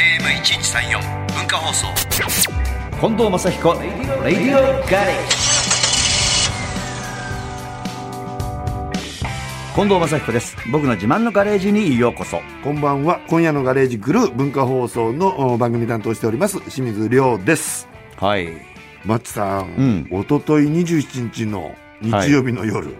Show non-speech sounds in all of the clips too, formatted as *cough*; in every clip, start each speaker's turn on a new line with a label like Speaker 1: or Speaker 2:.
Speaker 1: FM916AM1134 文化放送
Speaker 2: 近藤正彦レディオガレージ近藤正彦です僕の自慢のガレージにようこそ
Speaker 3: こんばんは。今夜のガレージグルー文化放送のお番組担当しております清水亮です。
Speaker 2: はい
Speaker 3: マッチさん、
Speaker 2: うん
Speaker 3: おととい27日の日曜日の夜、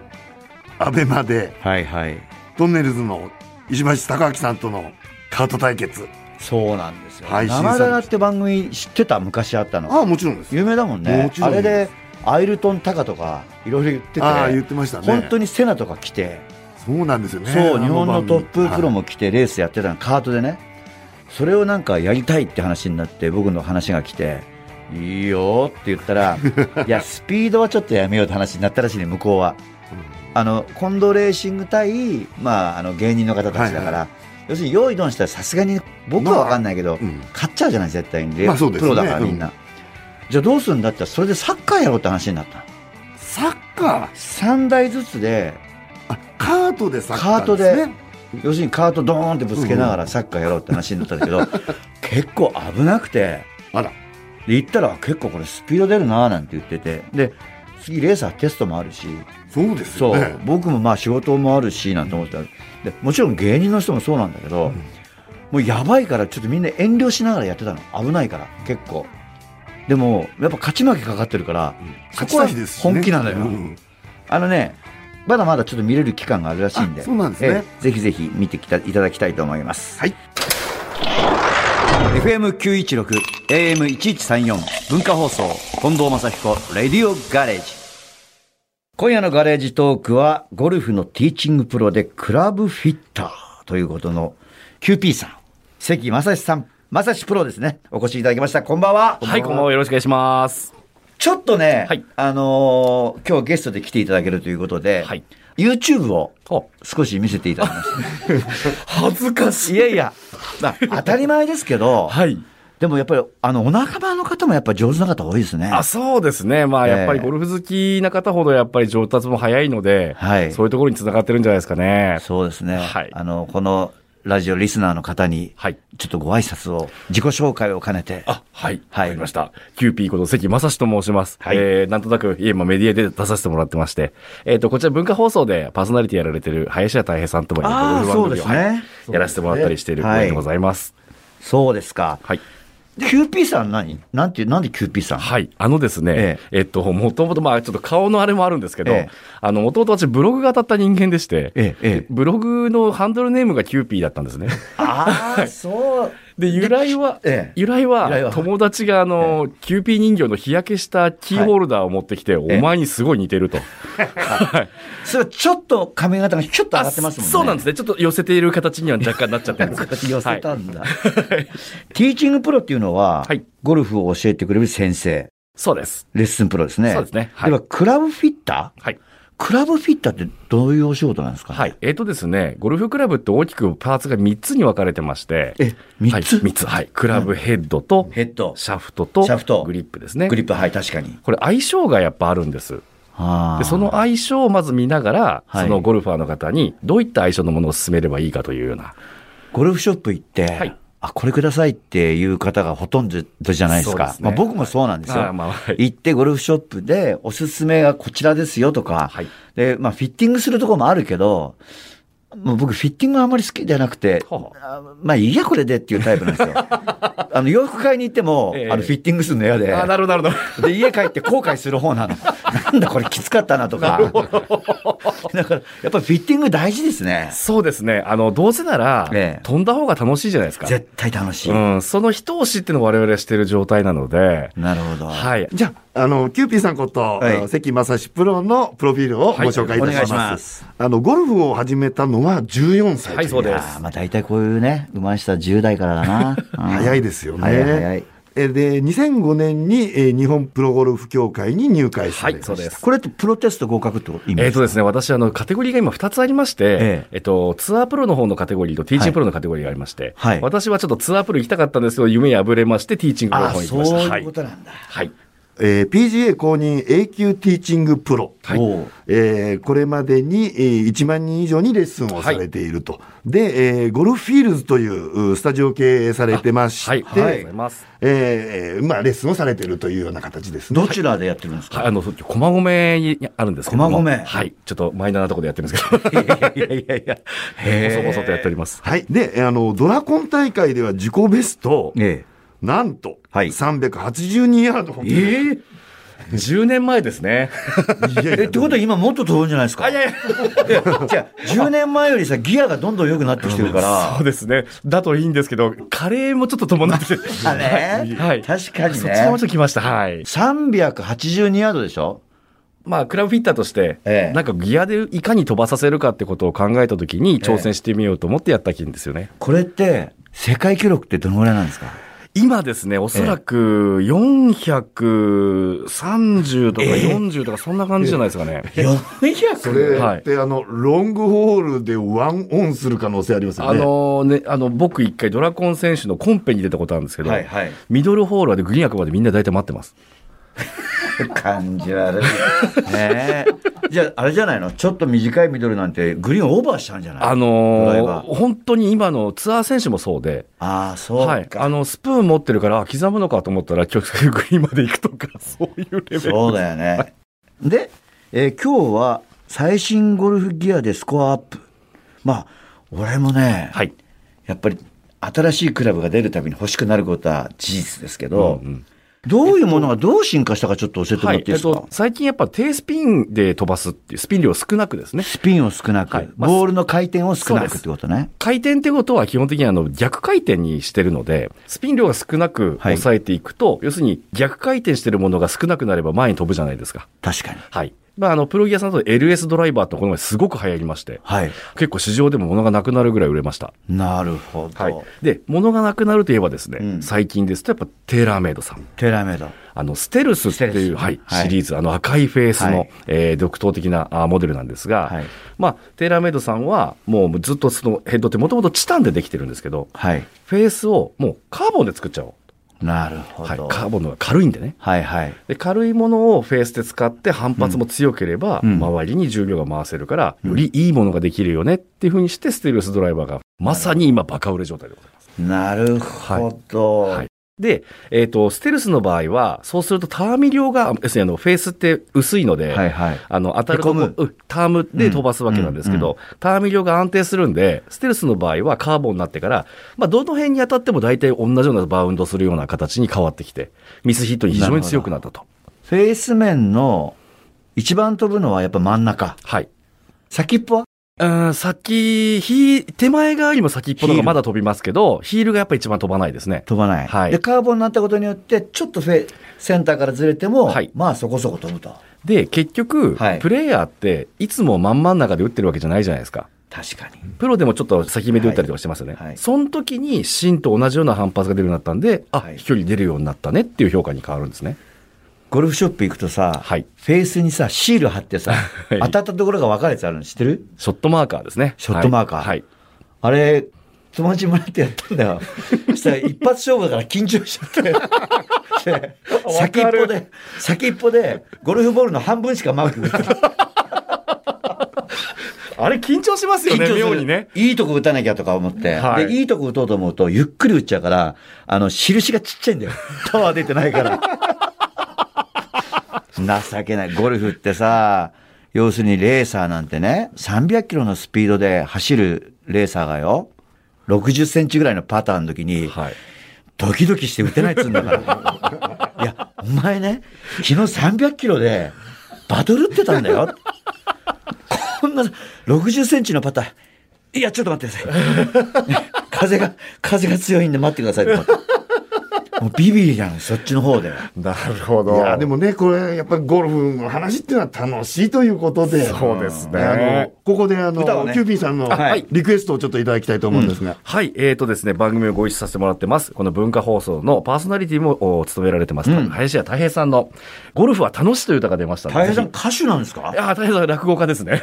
Speaker 3: アベマで
Speaker 2: はいはい
Speaker 3: トンネルズの石橋貴明さんとのカート対決。
Speaker 2: そうなんですよ
Speaker 3: 配信され
Speaker 2: 生だらって番組知ってた昔あったの
Speaker 3: ああ、もちろんです。
Speaker 2: 有名だもんね
Speaker 3: もちろ
Speaker 2: あ
Speaker 3: ん
Speaker 2: れでアイルトン・タカとかいろいろ言ってて
Speaker 3: ああ、言ってましたね。
Speaker 2: 本当にセナとか来て、
Speaker 3: そうなんですよね。
Speaker 2: そう
Speaker 3: あ
Speaker 2: 日本の
Speaker 3: 番
Speaker 2: ト
Speaker 3: 組
Speaker 2: ッププロ
Speaker 3: はい
Speaker 2: も来てレースやってたのカートでねそれをなんかやりたいって話になって僕の話が来ていいよって言った
Speaker 3: *laughs*
Speaker 2: らいやスピードはちょっとやめようって話になったらしいね向こうはあの近藤レーシング対、まあ、あの芸人の方たちだから、
Speaker 3: はいは
Speaker 2: 要するに用意ドンしたらさすがに僕は分かんないけど、
Speaker 3: まあうん
Speaker 2: 勝っちゃうじゃない絶対に、
Speaker 3: まあそうです
Speaker 2: プ
Speaker 3: ね
Speaker 2: ロだからみんな、
Speaker 3: う
Speaker 2: じゃあどうするんだって言ったらそれでサッカーやろうって話になったの
Speaker 3: サッカ
Speaker 2: 3台ずつで
Speaker 3: ー、あカートでサッ
Speaker 2: カ
Speaker 3: カ
Speaker 2: ー
Speaker 3: ー
Speaker 2: ト
Speaker 3: です
Speaker 2: で
Speaker 3: ね。、
Speaker 2: 要するにカートドーンってぶつけながらサッカーやろうって話になったんだけど、 *laughs* 結構危なくて、
Speaker 3: あら、
Speaker 2: で行ったら結構これスピード出るなーなんて言ってて、で、次レーサーテストもあるし、
Speaker 3: そうです
Speaker 2: そう、
Speaker 3: よね。
Speaker 2: 僕もまあ仕事もあるしなんて思ってたで、もちろん芸人の人もそうなんだけど、もうやばいからちょっとみんな遠慮しながらやってたの。危ないから、結構。でも、やっぱ勝ち負けかかってるから、そ
Speaker 3: 勝ち
Speaker 2: こは
Speaker 3: たいですしね
Speaker 2: 本気なのよ。
Speaker 3: うん
Speaker 2: あのね、まだまだちょっと見れる期間があるらしいんで、
Speaker 3: あそうなんですね
Speaker 2: ええぜひぜひ見てきたいただきたいと思います。
Speaker 3: はい。
Speaker 2: FM916、AM1134、文化放送、近藤正彦、レディオガレージ。今夜のガレージトークは、ゴルフのティーチングプロでクラブフィッターということの、QP さん、関正史さん、正史プロですね。お越しいただきました。こんばんは。
Speaker 4: はい、こんばんは。よろしくお願いします。
Speaker 2: ちょっとね、
Speaker 4: はい
Speaker 2: あのー今日ゲストで来ていただけるということで、
Speaker 4: はい
Speaker 2: YouTube を
Speaker 4: お
Speaker 2: 少し見せていただきまし
Speaker 4: 恥ずかしい。
Speaker 2: た。いやいや、まあ、
Speaker 4: *laughs*
Speaker 2: 当たり前ですけど、
Speaker 4: はい。
Speaker 2: でもやっぱり、あの、お仲間の方もやっぱ上手な方多いですね。
Speaker 4: あ、そうですね。まあ、
Speaker 2: ええ
Speaker 4: やっぱりゴルフ好きな方ほどやっぱり上達も早いので、
Speaker 2: はい
Speaker 4: そういうところに繋がってるんじゃないですかね。
Speaker 2: そうですね。
Speaker 4: はい
Speaker 2: あの、このラジオリスナーの方に、
Speaker 4: はい
Speaker 2: ちょっとご挨拶を、自己紹介を兼ねて。
Speaker 4: あ、はい。
Speaker 2: はい
Speaker 4: わかりました。キューピーこと関正史と申します。
Speaker 2: はい
Speaker 4: えー、なんとなく、今メディアで出させてもらってまして、えっ、と、こちら文化放送でパーソナリティやられてる林家たい平さんとも
Speaker 2: あー
Speaker 4: ゴルフ番組を
Speaker 2: そうですね
Speaker 4: はいやらせてもらったりしている公演でございます。
Speaker 2: そうですか。
Speaker 4: はい。
Speaker 2: QP さん何なんて、なんで QP さん
Speaker 4: はい。あのですね、えっと、もともと、まあ、ちょっと顔のあれもあるんですけど、
Speaker 2: ええ
Speaker 4: あの、もともと私、ブログが当たった人間でして、
Speaker 2: ええええ
Speaker 4: ブログのハンドルネームがキューピーだったんで
Speaker 2: *laughs*
Speaker 4: すね。
Speaker 2: ああ、そう。
Speaker 4: で、由来は、
Speaker 2: ええ
Speaker 4: 由来
Speaker 2: 由来は
Speaker 4: は、友達が、あの、キューピー人形の日焼けしたキーホルダーを持ってきて、
Speaker 2: ええ
Speaker 4: お前にすごい似てると。
Speaker 2: それはちょっと髪型がちょっと上がってますもんね。
Speaker 4: そうなんですね。ちょっと寄せている形には若干なっちゃっ
Speaker 2: *laughs*
Speaker 4: てるんですけど
Speaker 2: 寄せたんだ。ティーチングプロっていうのは、
Speaker 4: はい
Speaker 2: ゴルフを教えてくれる先生、
Speaker 4: そうです。
Speaker 2: レッスンプロですね。
Speaker 4: そうですねはい
Speaker 2: では、クラブフィッター
Speaker 4: はい。
Speaker 2: クラブフィッターってどういうお仕事なんですか、
Speaker 4: はい。えっ、とですね、ゴルフクラブって大きくパーツが3つに分かれてまして。
Speaker 2: え三つ
Speaker 4: はい、3つ。はい。クラブヘッドと、
Speaker 2: ヘッド
Speaker 4: シャフトと、
Speaker 2: シャフト
Speaker 4: グリップですね。
Speaker 2: グリップ、はい、確かに。
Speaker 4: これ相性がやっぱあるんです。
Speaker 2: あー
Speaker 4: で、その相性をまず見ながら、
Speaker 2: はい
Speaker 4: そのゴルファーの方に、どういった相性のものを勧めればいいかというような。
Speaker 2: ゴルフショップ行って、
Speaker 4: はい
Speaker 2: あ、これくださいっていう方がほとんどじゃないですか。
Speaker 4: そうです
Speaker 2: ま
Speaker 4: ね
Speaker 2: あ、僕もそうなんですよ。
Speaker 4: あーまあはい
Speaker 2: 行ってゴルフショップでおすすめがこちらですよとか、
Speaker 4: はい
Speaker 2: で、まあ、フィッティングするとこもあるけど、もう僕フィッティングはあんまり好きじゃなくて、
Speaker 4: は
Speaker 2: あまあいいやこれでっていうタイプなん
Speaker 4: *laughs*
Speaker 2: ですよ。あの洋服買いに行っても、
Speaker 4: ええ
Speaker 2: あのフィッティングするの嫌で。
Speaker 4: あ、なるほど、なるほど。
Speaker 2: で、家帰って後悔する方な
Speaker 4: *laughs*
Speaker 2: の。なんだこれきつかったなとか。 *laughs* だから、やっぱりフィッティング大事ですね。
Speaker 4: そうですね。あの、どうせなら、
Speaker 2: ええ
Speaker 4: 飛んだ方が楽しいじゃないですか。
Speaker 2: 絶対楽しい。
Speaker 4: うん、その一押しっていうのを我々はしてる状態なので、
Speaker 2: なるほど。
Speaker 4: はい。
Speaker 3: じゃあ、あの、キューピーさんこと、
Speaker 2: はい
Speaker 3: 関正史プロのプロフィールをご紹介
Speaker 2: はい
Speaker 3: いたし
Speaker 2: お願い
Speaker 3: ます。
Speaker 2: します
Speaker 3: あの、ゴルフを始めたのは14歳と
Speaker 4: はいい、
Speaker 3: う
Speaker 4: そう
Speaker 2: い
Speaker 4: で
Speaker 2: やー
Speaker 4: す。
Speaker 2: まあ大体こういうね、生まれした10代からだ
Speaker 4: *laughs*
Speaker 2: な。うん
Speaker 3: 早いですよね。
Speaker 2: 早い早い。
Speaker 3: えで、2005年に、えー日本プロゴルフ協会に入会されました。
Speaker 4: はいそうです
Speaker 2: これってプロテスト合格ってこと意味
Speaker 4: えっ、
Speaker 2: で
Speaker 4: とですね、私、あの、カテゴリーが今2つありまして、え
Speaker 2: え
Speaker 4: っと、ツアープロの方のカテゴリーとティーチングプロのカテゴリーがありまして、
Speaker 2: はい
Speaker 4: 私はちょっとツアープロ行きたかったんですけど、夢破れまして、ティーチングプロの
Speaker 2: あ、
Speaker 4: 方に行き
Speaker 2: そう
Speaker 4: ました。
Speaker 2: い
Speaker 4: は
Speaker 2: う
Speaker 4: い
Speaker 2: こ。となんだ。
Speaker 4: はい。
Speaker 3: ええー PGA 公認 A 級ティーチングプロ。
Speaker 2: おう
Speaker 3: えーこれまでに、えー1万人以上にレッスンをされていると。で、えーゴルフフィールズといううスタジオを経営されてまして、
Speaker 4: はい。ありがとうございます。
Speaker 3: えーまあ、レッスンをされているというような形ですね。
Speaker 2: どちらでやってるんです
Speaker 4: は
Speaker 2: か、
Speaker 4: い、あの、駒込にあるんですけども。
Speaker 2: 駒込
Speaker 4: はい。ちょっとマイナーなところでやってるんですけど。いやいやいやいや。 *laughs* へえ。細々とやっております。
Speaker 3: はい。で、えーあの、ドラコン大会では自己ベスト、
Speaker 2: え
Speaker 3: なんと、
Speaker 2: はい
Speaker 3: 382ヤード。
Speaker 2: えええ
Speaker 4: 10年前ですね。
Speaker 3: いやい
Speaker 2: え
Speaker 3: や
Speaker 2: ってことは今もっと飛ぶんじゃないですかいやいやじゃあ10年前よりさギアがどんどん良くなってきてるから
Speaker 4: *laughs* そうですね。だといいんですけど、カレーもちょっと伴ってて。
Speaker 2: あれ、
Speaker 4: はい。
Speaker 2: 確かに
Speaker 4: そちら
Speaker 2: ね
Speaker 4: もちょっと来ました。はい。
Speaker 2: 382ヤードでしょ
Speaker 4: まあ、クラブフィッターとして、
Speaker 2: ええ
Speaker 4: なんかギアでいかに飛ばさせるかってことを考えたときに挑戦してみようと思ってやったんですよね。
Speaker 2: これって世界記録ってどのぐらいなんですか
Speaker 4: 今ですね、おそらく430とか40とかそんな感じじゃないですかね。
Speaker 2: 400?
Speaker 3: それ
Speaker 4: はい
Speaker 3: って、あの、ロングホールでワンオンする可能性ありますよ
Speaker 4: あ
Speaker 3: ね。
Speaker 4: のね、あの、僕一回ドラコン選手のコンペに出たことあるんですけど、
Speaker 2: はいはい
Speaker 4: ミドルホールでグリーン役までみんな大体待ってます。
Speaker 2: 感じ悪い。ねえ。じゃあ、あれじゃないのちょっと短いミドルなんて、グリーンオーバーしちゃうんじゃないドラ
Speaker 4: あ
Speaker 2: イ
Speaker 4: の
Speaker 2: バ
Speaker 4: ー
Speaker 2: ー
Speaker 4: 本当に今のツアー選手もそうで、
Speaker 2: ああ、そうか。
Speaker 4: はい。あの、スプーン持ってるから、あ刻むのかと思ったら、直接グリーンまで行くとか、 *laughs* そういうレベル。
Speaker 2: そうだよね。で、えー今日は最新ゴルフギアでスコアアップ。まあ、俺もね、
Speaker 4: はい。
Speaker 2: やっぱり新しいクラブが出るたびに欲しくなることは事実ですけど、
Speaker 4: うんうん
Speaker 2: どういうものがどう進化したかちょっと教えても
Speaker 4: は
Speaker 2: らっ
Speaker 4: い。
Speaker 2: て
Speaker 4: え
Speaker 2: いいで
Speaker 4: っ
Speaker 2: すか、
Speaker 4: と、最近やっぱ低スピンで飛ばすっていう、スピン量少なくですね。
Speaker 2: スピンを少なく、
Speaker 4: はいまあ
Speaker 2: ボールの回転を少な
Speaker 4: そうで
Speaker 2: く
Speaker 4: す
Speaker 2: ってことね。
Speaker 4: 回転ってことは基本的にあの逆回転にしてるので、スピン量が少なく
Speaker 2: はい
Speaker 4: 抑えていくと、要するに逆回転してるものが少なくなれば前に飛ぶじゃないですか。
Speaker 2: 確かに。
Speaker 4: はい。まあ、あの、プロギアさんだと LS ドライバーってこの前すごく流行りまして、
Speaker 2: はい。
Speaker 4: 結構市場でも物がなくなるぐらい売れました。
Speaker 2: なるほど。
Speaker 4: はい。で、物がなくなるといえばですね、
Speaker 2: うん
Speaker 4: 最近ですとやっぱテーラーメイドさん。
Speaker 2: テラメイド。
Speaker 4: あの、ステルスって
Speaker 2: ステル
Speaker 4: い
Speaker 2: ス
Speaker 4: う、はい、
Speaker 2: はい
Speaker 4: シリーズ、あの赤いフェースの、
Speaker 2: はい
Speaker 4: えー独特的なあモデルなんですが、
Speaker 2: はい
Speaker 4: まあ、テーラーメイドさんは、もうずっとそのヘッドってもともとチタンでできてるんですけど、
Speaker 2: はい。
Speaker 4: フェースをもうカーボンで作っちゃお
Speaker 2: なる
Speaker 4: う。
Speaker 2: ほ
Speaker 4: はい、
Speaker 2: ど。
Speaker 4: カーボンの方が軽いんでね。
Speaker 2: はいはい。
Speaker 4: で軽いものをフェースで使って反発も強ければ、
Speaker 2: うんうん
Speaker 4: 周りに重量が回せるから、よりいいものができるよねっていうふうにして、ステルスドライバーが、まさに今、バカ売れ状態でございま
Speaker 2: な
Speaker 4: す。
Speaker 2: るほど。
Speaker 4: はいで、えっ、と、ステルスの場合は、そうするとターミ量が、要するにあの、フェースって薄いので、
Speaker 2: はいはい
Speaker 4: あの、当たるとこ
Speaker 2: へこむ
Speaker 4: うんタームで飛ばすわけなんですけど、ターミ量が安定するんで、ステルスの場合はカーボンになってから、まあ、どの辺に当たっても大体同じようなバウンドするような形に変わってきて、ミスヒットに非常に強くなったと。
Speaker 2: フェース面の一番飛ぶのはやっぱ真ん中。
Speaker 4: はい。
Speaker 2: 先っぽは
Speaker 4: うん、先、ひ、手前側よりも先っぽの方がまだ飛びますけど、ヒールがやっぱ一番飛ばないですね。
Speaker 2: 飛ばない。
Speaker 4: はい
Speaker 2: で、カーボンになったことによって、ちょっとフェセンターからずれても、
Speaker 4: はい
Speaker 2: まあそこそこ飛ぶと。
Speaker 4: で、結局、
Speaker 2: はい
Speaker 4: プレイヤーって、いつもまん真ん中で打ってるわけじゃないじゃないですか。
Speaker 2: 確かに。
Speaker 4: プロでもちょっと先目で打ったりとかしてますよね。
Speaker 2: はいはい
Speaker 4: その時に芯と同じような反発が出るようになったんで、あ、
Speaker 2: はい
Speaker 4: 飛距離出るようになったねっていう評価に変わるんですね。
Speaker 2: ゴルフショップ行くとさ、
Speaker 4: はい
Speaker 2: フェースにさ、シール貼って
Speaker 4: *laughs*
Speaker 2: さ、
Speaker 4: い
Speaker 2: 当たったところが分かるやつあるの知ってる
Speaker 4: ショットマーカーですね。
Speaker 2: ショットマーカー
Speaker 4: はい。はい
Speaker 2: あれ、友達にもらってやったんだよ。
Speaker 4: *laughs*
Speaker 2: そしたら一発勝負だから緊張しちゃって。で先っぽで、先っぽで、ゴルフボールの半分しかマーク打ってない
Speaker 4: あれ緊張しますよ
Speaker 2: 緊張
Speaker 4: ね、
Speaker 2: する
Speaker 4: 妙にね。
Speaker 2: いいとこ打たなきゃとか思って、
Speaker 4: はい
Speaker 2: で、いいとこ打とうと思うと、ゆっくり打っちゃうから、あの、印がちっちゃいんだよ。 *laughs* パワー出てないから。情けない。ゴルフってさ、要するにレーサーなんてね、300キロのスピードで走るレーサーがよ、60センチぐらいのパターンの時に、
Speaker 4: はい。
Speaker 2: ドキドキして打てないっつうんだから。
Speaker 3: *laughs*
Speaker 2: いや、お前ね、昨日300キロでバトル打ってたんだよ。こんな60センチのパターン。いや、ちょっと待ってくださ
Speaker 3: *laughs*
Speaker 2: い。風が、風が強いんで待ってくださいと思って。もうビビりなの、そっちの方で。
Speaker 4: なるほ
Speaker 3: いやでもね、これ、やっぱりゴルフの話っていうのは楽しいということで、
Speaker 4: そうですね
Speaker 3: あのここであの、
Speaker 2: 歌をね
Speaker 3: キューピーさんの
Speaker 2: はい
Speaker 3: リクエストをちょっといただきたいと思うんですが、
Speaker 4: はい、えーとですね、番組をご一緒させてもらってます。この文化放送のパーソナリティもお務められてます、林家た平さんの、ゴルフは楽しいという歌が出ましたので。
Speaker 2: 大変さん
Speaker 4: ぜ
Speaker 2: 歌手なんです
Speaker 4: ひ
Speaker 2: か
Speaker 4: いやー、た平さん落語家 *laughs* ですね。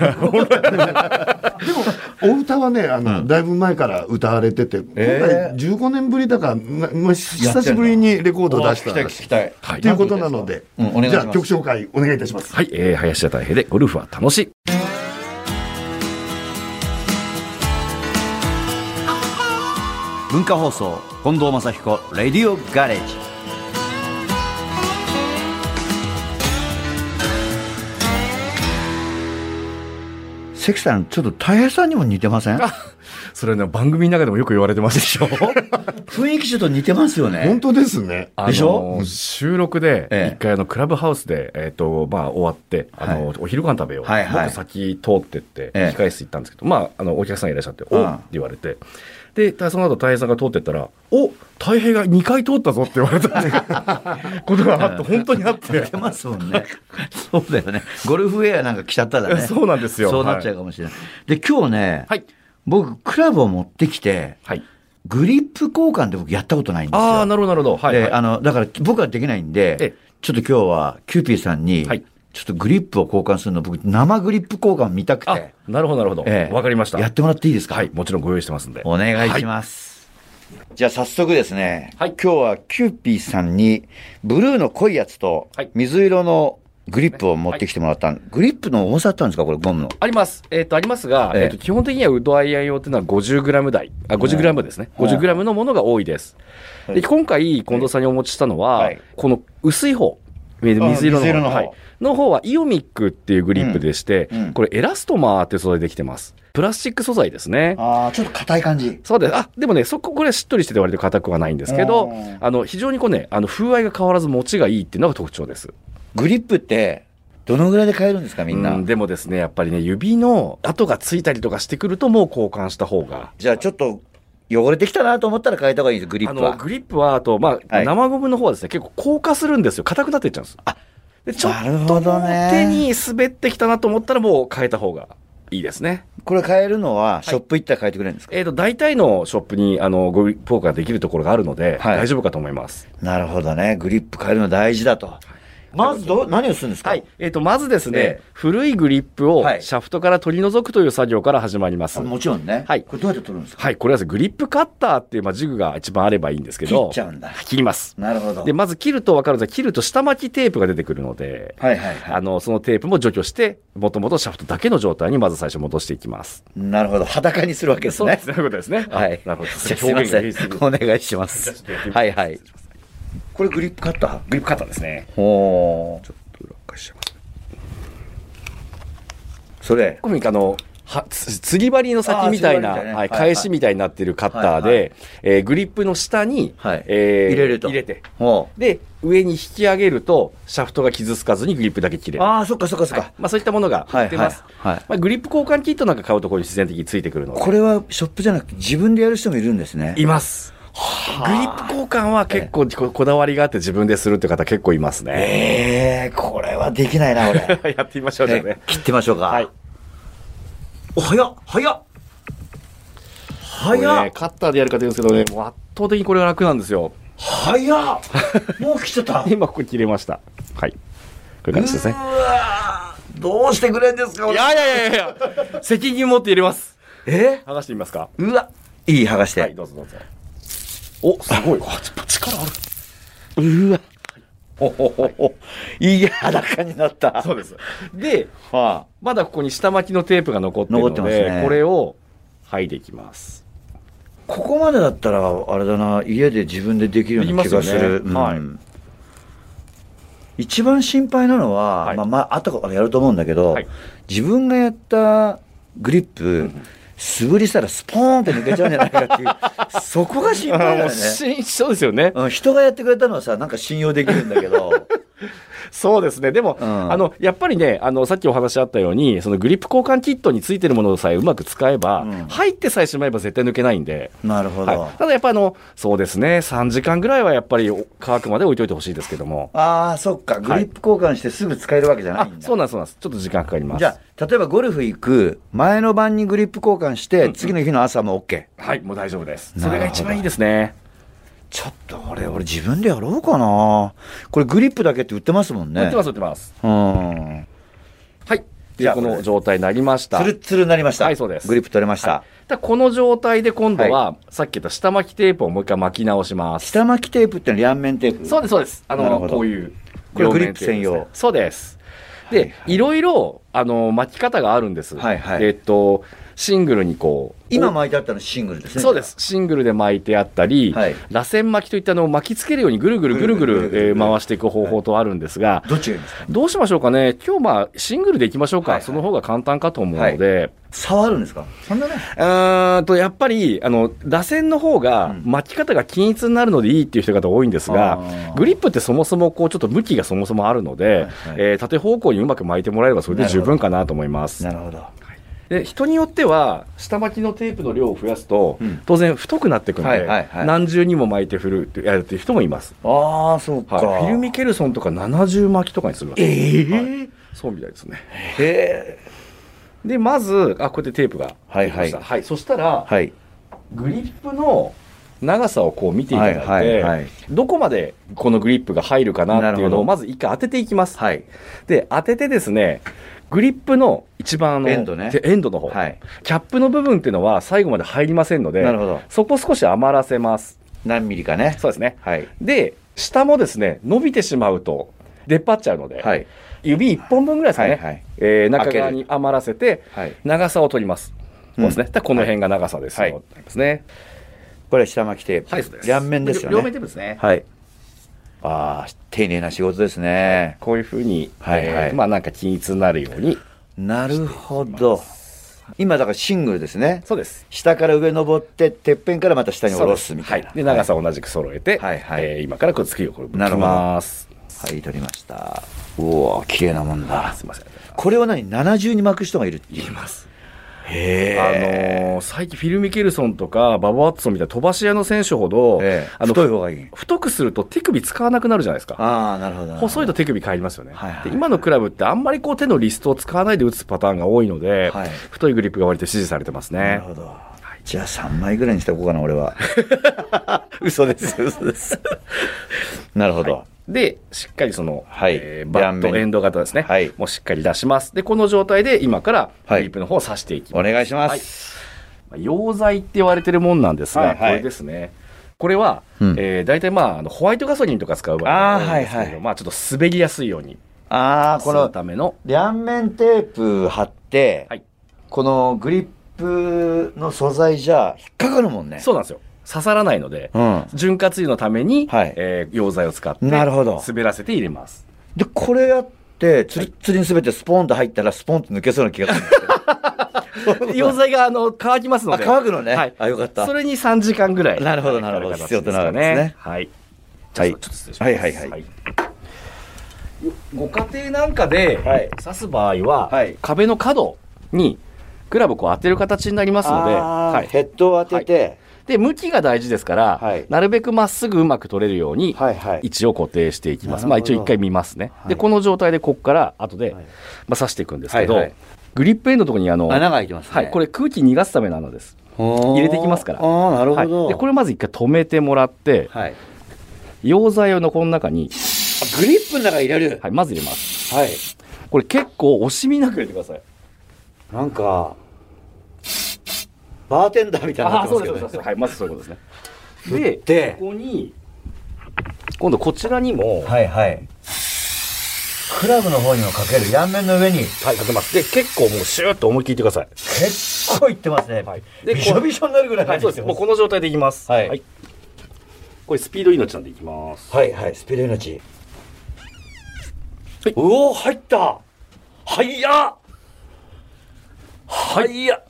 Speaker 3: お歌はねあの、だいぶ前から歌われてて、今
Speaker 2: え
Speaker 3: 回15年ぶりだか、なま
Speaker 2: やっ
Speaker 3: あ、
Speaker 2: てんの
Speaker 3: 久しぶりぶりにレコードを出した
Speaker 2: お聞きたい聞きたい
Speaker 3: ということなので、
Speaker 2: うんお願いします
Speaker 3: じゃあ曲紹介お願いいたします。
Speaker 4: はい、えー、林家たい平でゴルフは楽しい。
Speaker 2: 文化放送近藤正彦レディオガレージ関さんちょっと大平さんにも似てません
Speaker 4: それはね、番組の中でもよく言われてますでしょ
Speaker 2: 雰囲気ちょっと似てますよ
Speaker 3: 本
Speaker 2: ね
Speaker 3: 当ですね。
Speaker 4: あの
Speaker 2: でしょ
Speaker 4: 収録で、
Speaker 2: ええ
Speaker 4: 一回あの、クラブハウスで、えっ、と、まあ、終わって、あの、お昼ご飯食べよう。
Speaker 2: はいはい
Speaker 4: 僕先通ってって、
Speaker 2: ええ
Speaker 4: 控室行ったんですけど、まあ、あの、お客さんいらっしゃって、お
Speaker 2: うん
Speaker 4: っって言われて。で、たその後、たい平さんが通ってったら、おたい平が2回通ったぞって言われたって *laughs* ことがあって、本当にあ *laughs* って。
Speaker 2: 似てますもんね *laughs* そうだよねゴルフウェアなんか着ちゃったらね
Speaker 4: そうなんですよ
Speaker 2: そうなっちゃうかもしれない、で今日ね、
Speaker 4: はい。
Speaker 2: 僕クラブを持ってきて
Speaker 4: はい。
Speaker 2: グリップ交換って僕やったことないんですよ
Speaker 4: ああ、なるほど、なるほど。はい、
Speaker 2: で
Speaker 4: はい。
Speaker 2: あの、だから僕はできないんで
Speaker 4: ええ、
Speaker 2: ちょっと今日はキューピーさんに、
Speaker 4: はい
Speaker 2: ちょっとグリップを交換するの、僕、生グリップ交換見たくて、
Speaker 4: あ、なるほど、なるほど。わ、
Speaker 2: ええ
Speaker 4: かりました。
Speaker 2: やってもらっていいですか、
Speaker 4: はい、もちろんご用意してますんで。
Speaker 2: お願いします。じゃあ早速ですね、
Speaker 4: はい
Speaker 2: 今日はキューピーさんに、ブルーの濃いやつと
Speaker 4: はい、
Speaker 2: 水色のグリップを持ってきてもらったん、グリップの重さあったんですか、これ、ゴムの。
Speaker 4: あります。えっ、と、ありますが、
Speaker 2: ええ
Speaker 4: えっ、と、基本的にはウドアイアン用っていうのは50グラム台。あ、50グラムですね。
Speaker 2: うん
Speaker 4: 50グラムのものが多いです。
Speaker 2: はい
Speaker 4: で、今回、近藤さんにお持ちしたのは、
Speaker 2: はい
Speaker 4: この薄い方。
Speaker 2: あ
Speaker 4: 水色の方
Speaker 2: 水色の方
Speaker 4: はいの方はイオミックっていうグリップでして、
Speaker 2: うんうん
Speaker 4: これエラストマーっていう素材でできてます。プラスチック素材ですね。
Speaker 2: ああ、ちょっと硬い感じ。
Speaker 4: そうです。あ、でもね、そこ、これはしっとりしてて割と硬くはないんですけ
Speaker 2: う
Speaker 4: ど
Speaker 2: ん、
Speaker 4: あの、非常にこうね、あの、風合いが変わらず持ちがいいっていうのが特徴です。
Speaker 2: グリップって、どのぐらいで買えるんですか、みんな。
Speaker 4: うんでもですね、やっぱりね、指の跡がついたりとかしてくると、もう交換した方が。
Speaker 2: じゃあちょっと汚れてきたなと思ったら変えた方がいいです、グリッ
Speaker 4: あ
Speaker 2: プ
Speaker 4: の
Speaker 2: は。
Speaker 4: グリップは、あと、まあ、
Speaker 2: はい
Speaker 4: 生ゴムの方はですね、結構硬化するんですよ。硬くなっていっちゃうんです。でちょっ
Speaker 2: なる
Speaker 4: と
Speaker 2: ほ
Speaker 4: も
Speaker 2: ど
Speaker 4: う
Speaker 2: ね
Speaker 4: 手に滑ってきたなと思ったら、もう変えた方がいいですね。
Speaker 2: これ変えるのは、ショップ行ったら変えてくれるんですか、
Speaker 4: えっ、と、大体のショップに、あの、グリップ交換できるところがあるので、
Speaker 2: はい
Speaker 4: 大丈夫かと思います。
Speaker 2: なるほどね。グリップ変えるの大事だと。まずどう、何をするんですか
Speaker 4: はい。。えっ、と、まずですね、
Speaker 2: ええ
Speaker 4: 古いグリップを
Speaker 2: はい
Speaker 4: シャフトから取り除くという作業から始まります。
Speaker 2: あもちろんね。
Speaker 4: はい
Speaker 2: これどうやって取るんですか
Speaker 4: はい、これはですねグリップカッターっていう、まあ、ジグが一番あればいいんですけど、
Speaker 2: 切っちゃうんだ
Speaker 4: 切ります。
Speaker 2: なるほど。
Speaker 4: で、まず切ると分かるんですが、切ると下巻きテープが出てくるので、
Speaker 2: はいはい
Speaker 4: あ
Speaker 2: は
Speaker 4: の、そのテープも除去して、もともとシャフトだけの状態にまず最初戻していきます。
Speaker 2: い。なるほど。裸にするわけですね。
Speaker 4: そういうことですね。
Speaker 2: はい。
Speaker 4: なるほど。
Speaker 2: じゃあすいませ
Speaker 4: 表現が
Speaker 2: ん。
Speaker 4: 平
Speaker 2: お
Speaker 4: 成
Speaker 2: 願いします。はいはい。これグリップカッター
Speaker 4: グリップカッターですね。
Speaker 2: おーそれ。
Speaker 4: ここにあの、はつ釣り針の先みたいな、
Speaker 2: あー釣り針みたいなね
Speaker 4: はい、
Speaker 2: はいはい
Speaker 4: 返しみたいになってるカッターで、
Speaker 2: はいは
Speaker 4: えーグリップの下に、
Speaker 2: はい
Speaker 4: えー
Speaker 2: 入れると。
Speaker 4: 入れて、
Speaker 2: ほ
Speaker 4: で、上に引き上げると、シャフトが傷つかずにグリップだけ切れ
Speaker 2: う
Speaker 4: る。
Speaker 2: ああ、そっかそっかそっか。
Speaker 4: まあそういったものが売ってます。
Speaker 2: はいはいはい
Speaker 4: まあ、グリップ交換キットなんか買うところに自然的についてくるので。
Speaker 2: これはショップじゃなくて自分でやる人もいるんですね。
Speaker 4: います。グリップ交換は結構ここだわりがあって自分でするって方結構いますね。
Speaker 2: ええこれはできない
Speaker 4: *laughs*
Speaker 2: な、俺。
Speaker 4: やってみましょうじゃあね
Speaker 2: ね。切ってみましょうか。
Speaker 4: はい。
Speaker 2: お、早っ早っ
Speaker 4: こ
Speaker 2: 早
Speaker 4: れ
Speaker 2: っ
Speaker 4: ねカッターでやる方いるんですけどね、もう圧倒的にこれは楽なんですよ。
Speaker 2: 早っもう来ちゃ
Speaker 4: *laughs*
Speaker 2: った。
Speaker 4: 今ここ切れました。はい。こういう感じですね。
Speaker 2: うわーどうしてくれんですか、
Speaker 4: い
Speaker 2: 俺。
Speaker 4: やいやいやいや *laughs* 責任持って入れます。
Speaker 2: え
Speaker 4: 剥がしてみますか
Speaker 2: うわいい剥がして。
Speaker 4: はい、どうぞどうぞ。お、すごい。わ力ある。
Speaker 2: うわおほほほ。いい裸になった。
Speaker 4: そうです。で、
Speaker 2: は
Speaker 4: まだここに下巻きのテープが残ってるの
Speaker 2: 残ってます
Speaker 4: で、
Speaker 2: ね
Speaker 4: これを剥いでいきます。
Speaker 2: あ、ここまでだったら、あれだな、家で自分でできるような気がす
Speaker 4: で
Speaker 2: る。
Speaker 4: きますよね
Speaker 2: うん一番心配なのは、
Speaker 4: はい
Speaker 2: まあ、まあ、あったことやると思うんだけど、
Speaker 4: はい
Speaker 2: 自分がやったグリップ、素振りしたらスポーンって抜けちゃうんじゃないかって
Speaker 4: *laughs*
Speaker 2: いう、そこが心配だ
Speaker 4: も
Speaker 2: よ
Speaker 4: う
Speaker 2: ね。
Speaker 4: 新そうですよね。
Speaker 2: うん、人がやってくれたのはさ、なんか信用できるんだけど、
Speaker 4: そうですね。でも、
Speaker 2: うん
Speaker 4: あの、やっぱりね、あの、さっきお話あったように、そのグリップ交換キットについてるものさえうまく使えば、
Speaker 2: うん
Speaker 4: 入ってさえしまえば絶対抜け *laughs* ないんで。
Speaker 2: なるほど。
Speaker 4: はい、ただやっぱあの、そうですね、3時間ぐらいはやっぱりお乾くまで置いといてほしいですけども。
Speaker 2: ああ、そっか、グリップ交換してすぐ使えるわけじゃない
Speaker 4: あ
Speaker 2: んだ。、
Speaker 4: そうなんです、そうなんです。ちょっと時間かかります。
Speaker 2: じゃあ、例えばゴルフ行く前の晩にグリップ交換して、次の日の朝も OK。
Speaker 4: はい、もう大丈夫です。
Speaker 2: なる
Speaker 4: そ
Speaker 2: ほど
Speaker 4: れが一番いいですね。
Speaker 2: ちょっと俺、俺自分でやろうかな。これグリップだけって売ってますもんね。
Speaker 4: 売ってます、売ってます。
Speaker 2: うん。
Speaker 4: はい。っていうこの状態になりました。
Speaker 2: ツルッツルになりました。
Speaker 4: はいそうです
Speaker 2: グリップ取れました。
Speaker 4: だからこの状態で今度は、さっき言った下巻きテープをもう一回巻き直します。
Speaker 2: 下巻きテープってのは両面テープ。
Speaker 4: そうです、そうです。あ
Speaker 2: なる
Speaker 4: の、
Speaker 2: ほど
Speaker 4: こういう。
Speaker 2: これグリップ専用
Speaker 4: 両面テープですねそうです。で、
Speaker 2: はい
Speaker 4: いろいろ、あの、巻き方があるんです。
Speaker 2: はいはい
Speaker 4: えっと、シングルにこう。
Speaker 2: 今巻いてあったのシングルですね。
Speaker 4: そうです。シングルで巻いてあったり、
Speaker 2: はい
Speaker 4: 螺旋巻きといったのを巻きつけるようにぐるぐるぐるぐ
Speaker 3: ぐるぐるぐる
Speaker 4: るえー
Speaker 3: ぐる
Speaker 4: 回していく方法とあるんですが、
Speaker 2: どっちがいいんですか
Speaker 4: どうしましょうかね。今日まあ、シングルでいきましょうか。
Speaker 2: はいはい
Speaker 4: その方が簡単かと思うので、
Speaker 2: 触るんですかそんなね。
Speaker 4: うーんと、やっぱり、あの、螺旋の方が
Speaker 2: うん
Speaker 4: 巻き方が均一になるのでいいっていう人が多いんですが
Speaker 2: あ、ー
Speaker 4: グリップってそもそもこう、ちょっと向きがそもそもあるので、
Speaker 2: いはい
Speaker 4: えー縦方向にうまく巻いてもらえればそれで十分かなと思います。
Speaker 2: なるほど。
Speaker 4: で人によっては下巻きのテープの量を増やすと、
Speaker 2: うん
Speaker 4: 当然太くなってくので、
Speaker 2: はいはいはい
Speaker 4: 何重にも巻いて振るってやるっていう人もいます、
Speaker 2: ああ、そうか。
Speaker 4: はい、フィルミケルソンとか70巻きとかにするわけ
Speaker 2: ええ
Speaker 4: はいそうみたいですね
Speaker 2: へえ。
Speaker 4: でまずあこうやってテープが
Speaker 2: はいはい
Speaker 4: できましたはい、そしたら、
Speaker 2: はい。
Speaker 4: グリップの長さをこう見ていただいて、
Speaker 2: はいはいはい
Speaker 4: どこまでこのグリップが入るかなってい
Speaker 2: な
Speaker 4: う
Speaker 2: るほ
Speaker 4: のを
Speaker 2: ど
Speaker 4: まず一回当てていきます、
Speaker 2: はい。
Speaker 4: で当ててですねグリップの一番あの
Speaker 2: エンドね
Speaker 4: エンドの方、
Speaker 2: はい。
Speaker 4: キャップの部分っていうのは最後まで入りませんので、
Speaker 2: なるほど。
Speaker 4: そこ少し余らせます。
Speaker 2: 何ミリかね。
Speaker 4: そうですね。
Speaker 2: はい。
Speaker 4: で、下もですね、伸びてしまうと出っ張っちゃうので、
Speaker 2: はい。
Speaker 4: 指1本分ぐらいですか
Speaker 2: は
Speaker 4: ね、
Speaker 2: い。はい。
Speaker 4: えー中側に余らせて、
Speaker 2: はい。
Speaker 4: 長さを取ります。そうですね。だからこの辺が長さです
Speaker 2: はい
Speaker 4: よ。ですね。
Speaker 2: これは下巻きテープ。
Speaker 4: はい、そうです。
Speaker 2: 両面ですよね。
Speaker 4: 両面テープですね。
Speaker 2: はい。ああ、丁寧な仕事ですね。
Speaker 4: こういうふうに、
Speaker 2: はいはい
Speaker 4: えーまあなんか均一になるように。
Speaker 2: なるほど。今だからシングルですね。
Speaker 4: そうです。
Speaker 2: 下から上登って、てっぺんからまた下に下ろすみたいな。
Speaker 4: はで、長さを同じく揃えて、
Speaker 2: はいはい
Speaker 4: えー今からこう月をこれ、
Speaker 2: なるほど
Speaker 4: ます。
Speaker 2: はい。はい、取りました。おお、綺麗なもんだ。
Speaker 4: すいません。
Speaker 2: これを何 ?70 に巻く人がいるっていう
Speaker 4: います。
Speaker 2: へ
Speaker 4: あ
Speaker 2: え。
Speaker 4: のー最近フィル・ミケルソンとかババワッツソンみたいな飛ばし屋の選手ほど、
Speaker 2: ええ
Speaker 4: あの
Speaker 2: 太い方がいい。
Speaker 4: 太くすると手首使わなくなるじゃないですか。
Speaker 2: ああ、なるほど。
Speaker 4: 細い
Speaker 2: と。
Speaker 4: と手首変わりますよね、
Speaker 2: はいはい
Speaker 4: で今のクラブってあんまりこう手のリストを使わないで打つパターンが多いので、
Speaker 2: はい
Speaker 4: 太いグリップが割と支持されてます
Speaker 2: な
Speaker 4: ね
Speaker 2: る。ほど。じゃあ3枚ぐらいにしておこうかな、俺
Speaker 4: *laughs*
Speaker 2: は。嘘です、嘘です。なるほど。
Speaker 4: で、しっかりその、
Speaker 2: はい
Speaker 4: えーバッ
Speaker 2: 両
Speaker 4: ド
Speaker 2: 面
Speaker 4: エンド型ですね、
Speaker 2: はい
Speaker 4: もうしっかり出します。で、この状態で今からグリップの方を刺していきます。
Speaker 2: お願いします。
Speaker 4: まあ溶剤って言われてるもんなんですが、
Speaker 2: はいはい
Speaker 4: これですね。これは、
Speaker 2: うん
Speaker 4: えー大体まあ、あのホワイトガソリンとか使う場合
Speaker 2: あー
Speaker 4: が多いんですけれど
Speaker 2: はいはい
Speaker 4: まあちょっと滑りやすいように、
Speaker 2: ああ、
Speaker 4: こ
Speaker 2: こ
Speaker 4: の
Speaker 2: の、
Speaker 4: ための、
Speaker 2: 両面テープ貼って、
Speaker 4: はい
Speaker 2: このグリップの素材じゃ引っかかるもんね。
Speaker 4: そうなんですよ。刺さらないので、
Speaker 2: うん。
Speaker 4: 潤滑油のために、
Speaker 2: はい
Speaker 4: えー溶剤を使って、
Speaker 2: なるほど
Speaker 4: 滑らせて入れます。
Speaker 2: で、これやって、つるつるに滑ってスポンと入ったら、スポンと抜けそうな気がするんですけど
Speaker 4: *laughs* 溶剤が、あの、乾きますの
Speaker 2: あ、
Speaker 4: で。
Speaker 2: 乾くのね。
Speaker 4: はい。
Speaker 2: あ、よかった。
Speaker 4: それに3時間ぐらい。
Speaker 2: なるほど
Speaker 4: はい
Speaker 2: なるほど
Speaker 4: かか
Speaker 2: 必要となるんですね
Speaker 4: かはい。じゃ
Speaker 2: は
Speaker 4: あ
Speaker 2: い
Speaker 4: ちょっと失礼しま
Speaker 2: は
Speaker 4: す。
Speaker 2: いはいはい
Speaker 4: ご家庭なんかで
Speaker 2: はい
Speaker 4: 刺す場合は、
Speaker 2: はい
Speaker 4: 壁の角にクラブをこう当てる形になりますの
Speaker 2: あ
Speaker 4: で、
Speaker 2: ー
Speaker 4: はい
Speaker 2: ヘッドを当てて、
Speaker 4: で、向きが大事ですから、
Speaker 2: はい
Speaker 4: なるべくまっすぐうまく取れるように、
Speaker 2: はい、はい
Speaker 4: 位置を固定していきます。
Speaker 2: なるほど
Speaker 4: まあ一応一回見ますね。
Speaker 2: はい
Speaker 4: で、この状態でここから後で、
Speaker 2: はい
Speaker 4: まあ刺していくんですけど、
Speaker 2: はいはい
Speaker 4: グリップエンドのところにあの、
Speaker 2: 穴が開いてますね。
Speaker 4: はい、これ空気逃がすためなのです。
Speaker 2: 入
Speaker 4: 入れてきますから
Speaker 2: ああ、なるほど。
Speaker 4: はい、でこれまず一回止めてもらって
Speaker 2: はい。
Speaker 4: 溶剤をのこの中に、
Speaker 2: あグリップの中入れる。
Speaker 4: はい、まず入れます
Speaker 2: はい。
Speaker 4: これ結構惜しみなく入れてください
Speaker 2: なんか、バーテンダーみたいになってますけどね。
Speaker 4: はいまずそういうことですねで
Speaker 2: で
Speaker 4: ここに今度こちらにもはい、
Speaker 2: はいはい。クラブの方にもかける、両面の上に。
Speaker 4: かけますで結構もうシューッと思い切ってください
Speaker 2: 結構いってますね。
Speaker 4: はいで
Speaker 2: びしょびしょになるぐらい
Speaker 4: は
Speaker 2: 入
Speaker 4: い
Speaker 2: っ
Speaker 4: そう
Speaker 2: てきて
Speaker 4: ですも
Speaker 2: ま
Speaker 4: う
Speaker 2: す。
Speaker 4: この状態でいきます
Speaker 2: はい
Speaker 4: これスピード命なんでいきます
Speaker 2: はいはい、スピード命。
Speaker 4: はいう
Speaker 2: おー、入ったはいやはいや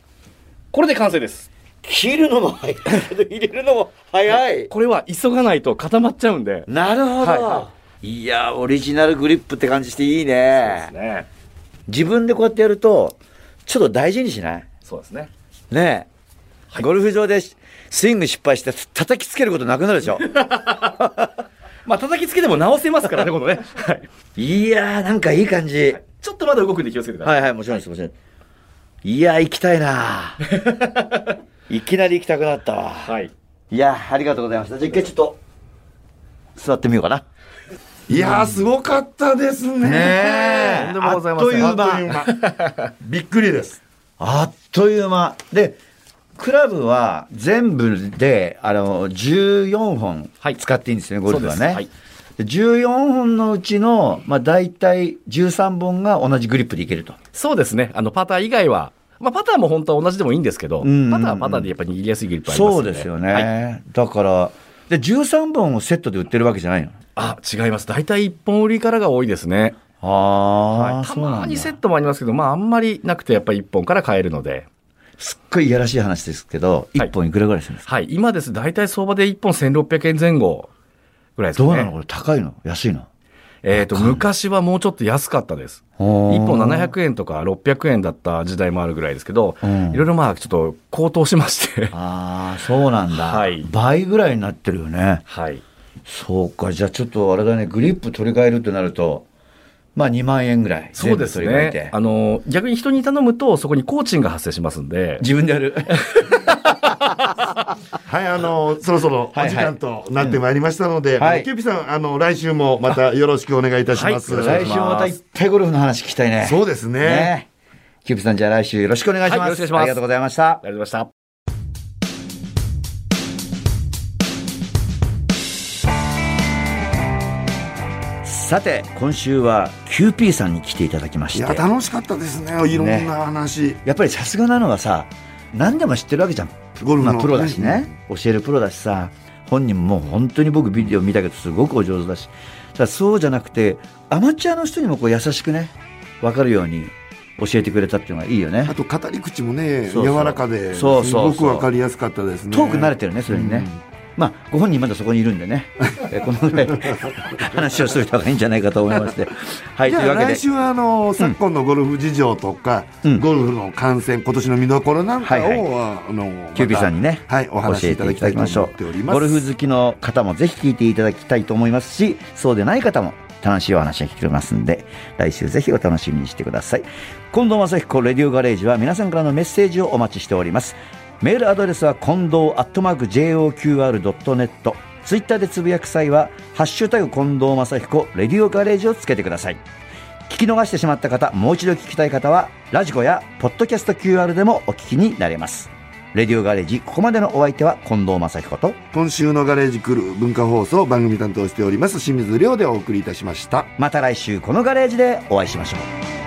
Speaker 4: これで完成です
Speaker 2: 切るのも早い *laughs* けど、入れるのも早い。
Speaker 4: これは急がないと固まっちゃうんで
Speaker 2: なるほど、
Speaker 4: はい
Speaker 2: い
Speaker 4: はい
Speaker 2: やー、オリジナルグリップって感じしていいね。
Speaker 4: ね
Speaker 2: 自分でこうやってやると、ちょっと大事にしない
Speaker 4: そうですね
Speaker 2: ねえ、ゴルフ場でスイング失敗して叩きつけることなくなるで
Speaker 4: *laughs*
Speaker 2: しょ
Speaker 4: まあ叩きつけても直せますから *laughs* ねこのね、はい、
Speaker 2: いやーなんかいい感じ
Speaker 4: ちょっとまだ動くんで気をつけてください
Speaker 2: はいはいもちろんですもちろんですいやー行きたい
Speaker 4: *laughs*
Speaker 2: なーいきなり行きたくなったわ
Speaker 4: はい
Speaker 2: いやーありがとうございましたじゃあ一回ちょっと座ってみようかな
Speaker 3: いやー、すごかったですね。
Speaker 2: ねえ
Speaker 4: とんでもございません
Speaker 2: あ
Speaker 3: あ
Speaker 2: っと
Speaker 3: っと
Speaker 2: い
Speaker 3: いうう
Speaker 2: 間。
Speaker 3: 間。びっくりです。
Speaker 2: あっという間。で、クラブは全部で、あの、14本
Speaker 4: はい
Speaker 2: 使っていいんですよね、ゴルフは
Speaker 4: そうで
Speaker 2: ね。
Speaker 4: すはい
Speaker 2: で14本のうちの、まあ、大体13本が同じグリップでいけると。
Speaker 4: そうですね。あの、パター以外は、まあ、パターも本当は同じでもいいんですけど、
Speaker 2: んうんうん
Speaker 4: パターはパターでやっぱり握りやすいグリップあります
Speaker 2: そ
Speaker 4: よ
Speaker 2: う
Speaker 4: ね。
Speaker 2: ですよね。
Speaker 4: はい
Speaker 2: だから、で、13本をセットで売ってるわけじゃないの。
Speaker 4: あ、違います。大体一本売りからが多いですね。
Speaker 2: ああ、
Speaker 4: はい、た
Speaker 2: そうなんだ
Speaker 4: まにセットもありますけど、まあ、あんまりなくて、やっぱり一本から買えるので。
Speaker 2: すっごいいやらしい話ですけど、
Speaker 4: はい
Speaker 2: 1本いくらぐらいするんですか、
Speaker 4: はい。今です。大体相場で一本1600円前後ぐらいですかね。
Speaker 2: どうなのこれ高いの安いの
Speaker 4: えっ、と、昔はもうちょっと安かったです。
Speaker 2: ほー
Speaker 4: 一本700円とか600円だった時代もあるぐらいですけど、
Speaker 2: うん
Speaker 4: いろいろまあ、ちょっと高騰しまして。
Speaker 2: ああ、そうなんだ、
Speaker 4: はい
Speaker 2: 倍ぐらいになってるよね。
Speaker 4: はい。
Speaker 2: そうか、じゃあちょっとあれだね、グリップ取り替えるってなると、まあ2万円ぐらい。
Speaker 4: そうです
Speaker 2: 全部取り替え
Speaker 4: ね。
Speaker 2: て
Speaker 4: あの、逆に人に頼むと、そこに工賃が発生しますんで。
Speaker 2: 自分でや
Speaker 4: *laughs*
Speaker 2: る。
Speaker 3: はい、あの、そろそろお
Speaker 2: はい
Speaker 3: 時間となってまいりましたので、
Speaker 2: はい
Speaker 3: あのキューピさん、あの、来週もまたよろしくお願いいたします。
Speaker 4: はい
Speaker 2: 来週またいっぱいゴルフの話聞きたいね。
Speaker 3: そうですね
Speaker 2: キューピさん、じゃあ来週よろしくお願いします。
Speaker 4: はいよろしくお願いします
Speaker 2: ありがとうございました
Speaker 4: あ。りがとうございました。
Speaker 2: さて、今週はキューピーさんに来ていただきまして。
Speaker 3: いや、楽しかったですね。いろん
Speaker 2: ね
Speaker 3: な話。
Speaker 2: やっぱりさすがなのはさ何でも知ってるわけじゃん
Speaker 3: ゴルフの
Speaker 2: まあ、プロだしね、教えるプロだしさ本人も本当に僕ビデオ見たけどすごくお上手だしだからそうじゃなくてアマチュアの人にもこう優しくね分かるように教えてくれたっていうのがいいよね
Speaker 3: あと語り口もね
Speaker 2: そうそう
Speaker 3: 柔らかで
Speaker 2: そう
Speaker 3: す
Speaker 2: そうそう
Speaker 3: ごくわかりやすかったですね。
Speaker 2: 遠く慣れてるねそれにね、まあご本人まだそこにいるんで
Speaker 3: *laughs*
Speaker 2: ねえこのぐらい *laughs* 話をしといた方がいいんじゃないかと思いましてはい
Speaker 3: じ
Speaker 2: と
Speaker 3: ゃ
Speaker 2: いう
Speaker 3: あ
Speaker 2: わけで
Speaker 3: 来週はあの昨今のゴルフ事情とか、
Speaker 2: うん
Speaker 3: ゴルフの観戦今年の見どころなんかを、
Speaker 2: はい
Speaker 3: あの
Speaker 2: キューピーさんにね、
Speaker 3: またはいお話しいただきたいと思っております。
Speaker 2: ゴルフ好きの方もぜひ聞いていただきたいと思いますし、そうでない方も楽しいお話が聞けますんで、来週ぜひお楽しみにしてください。近藤正彦レディオガレージは皆さんからのメッセージをお待ちしております。メールアドレスは近藤アットマーク JOQR.net。ツイッターでつぶやく際は、ハッシュタグ近藤正彦レディオガレージをつけてください。聞き逃してしまった方、もう一度聞きたい方は、ラジコやポッドキャスト QR でもお聞きになれます。レディオガレージ、ここまでのお相手は近藤正彦と、
Speaker 3: 今週のガレージクルー文化放送番組担当しております清水亮でお送りいたしました。
Speaker 2: また来週このガレージでお会いしましょう。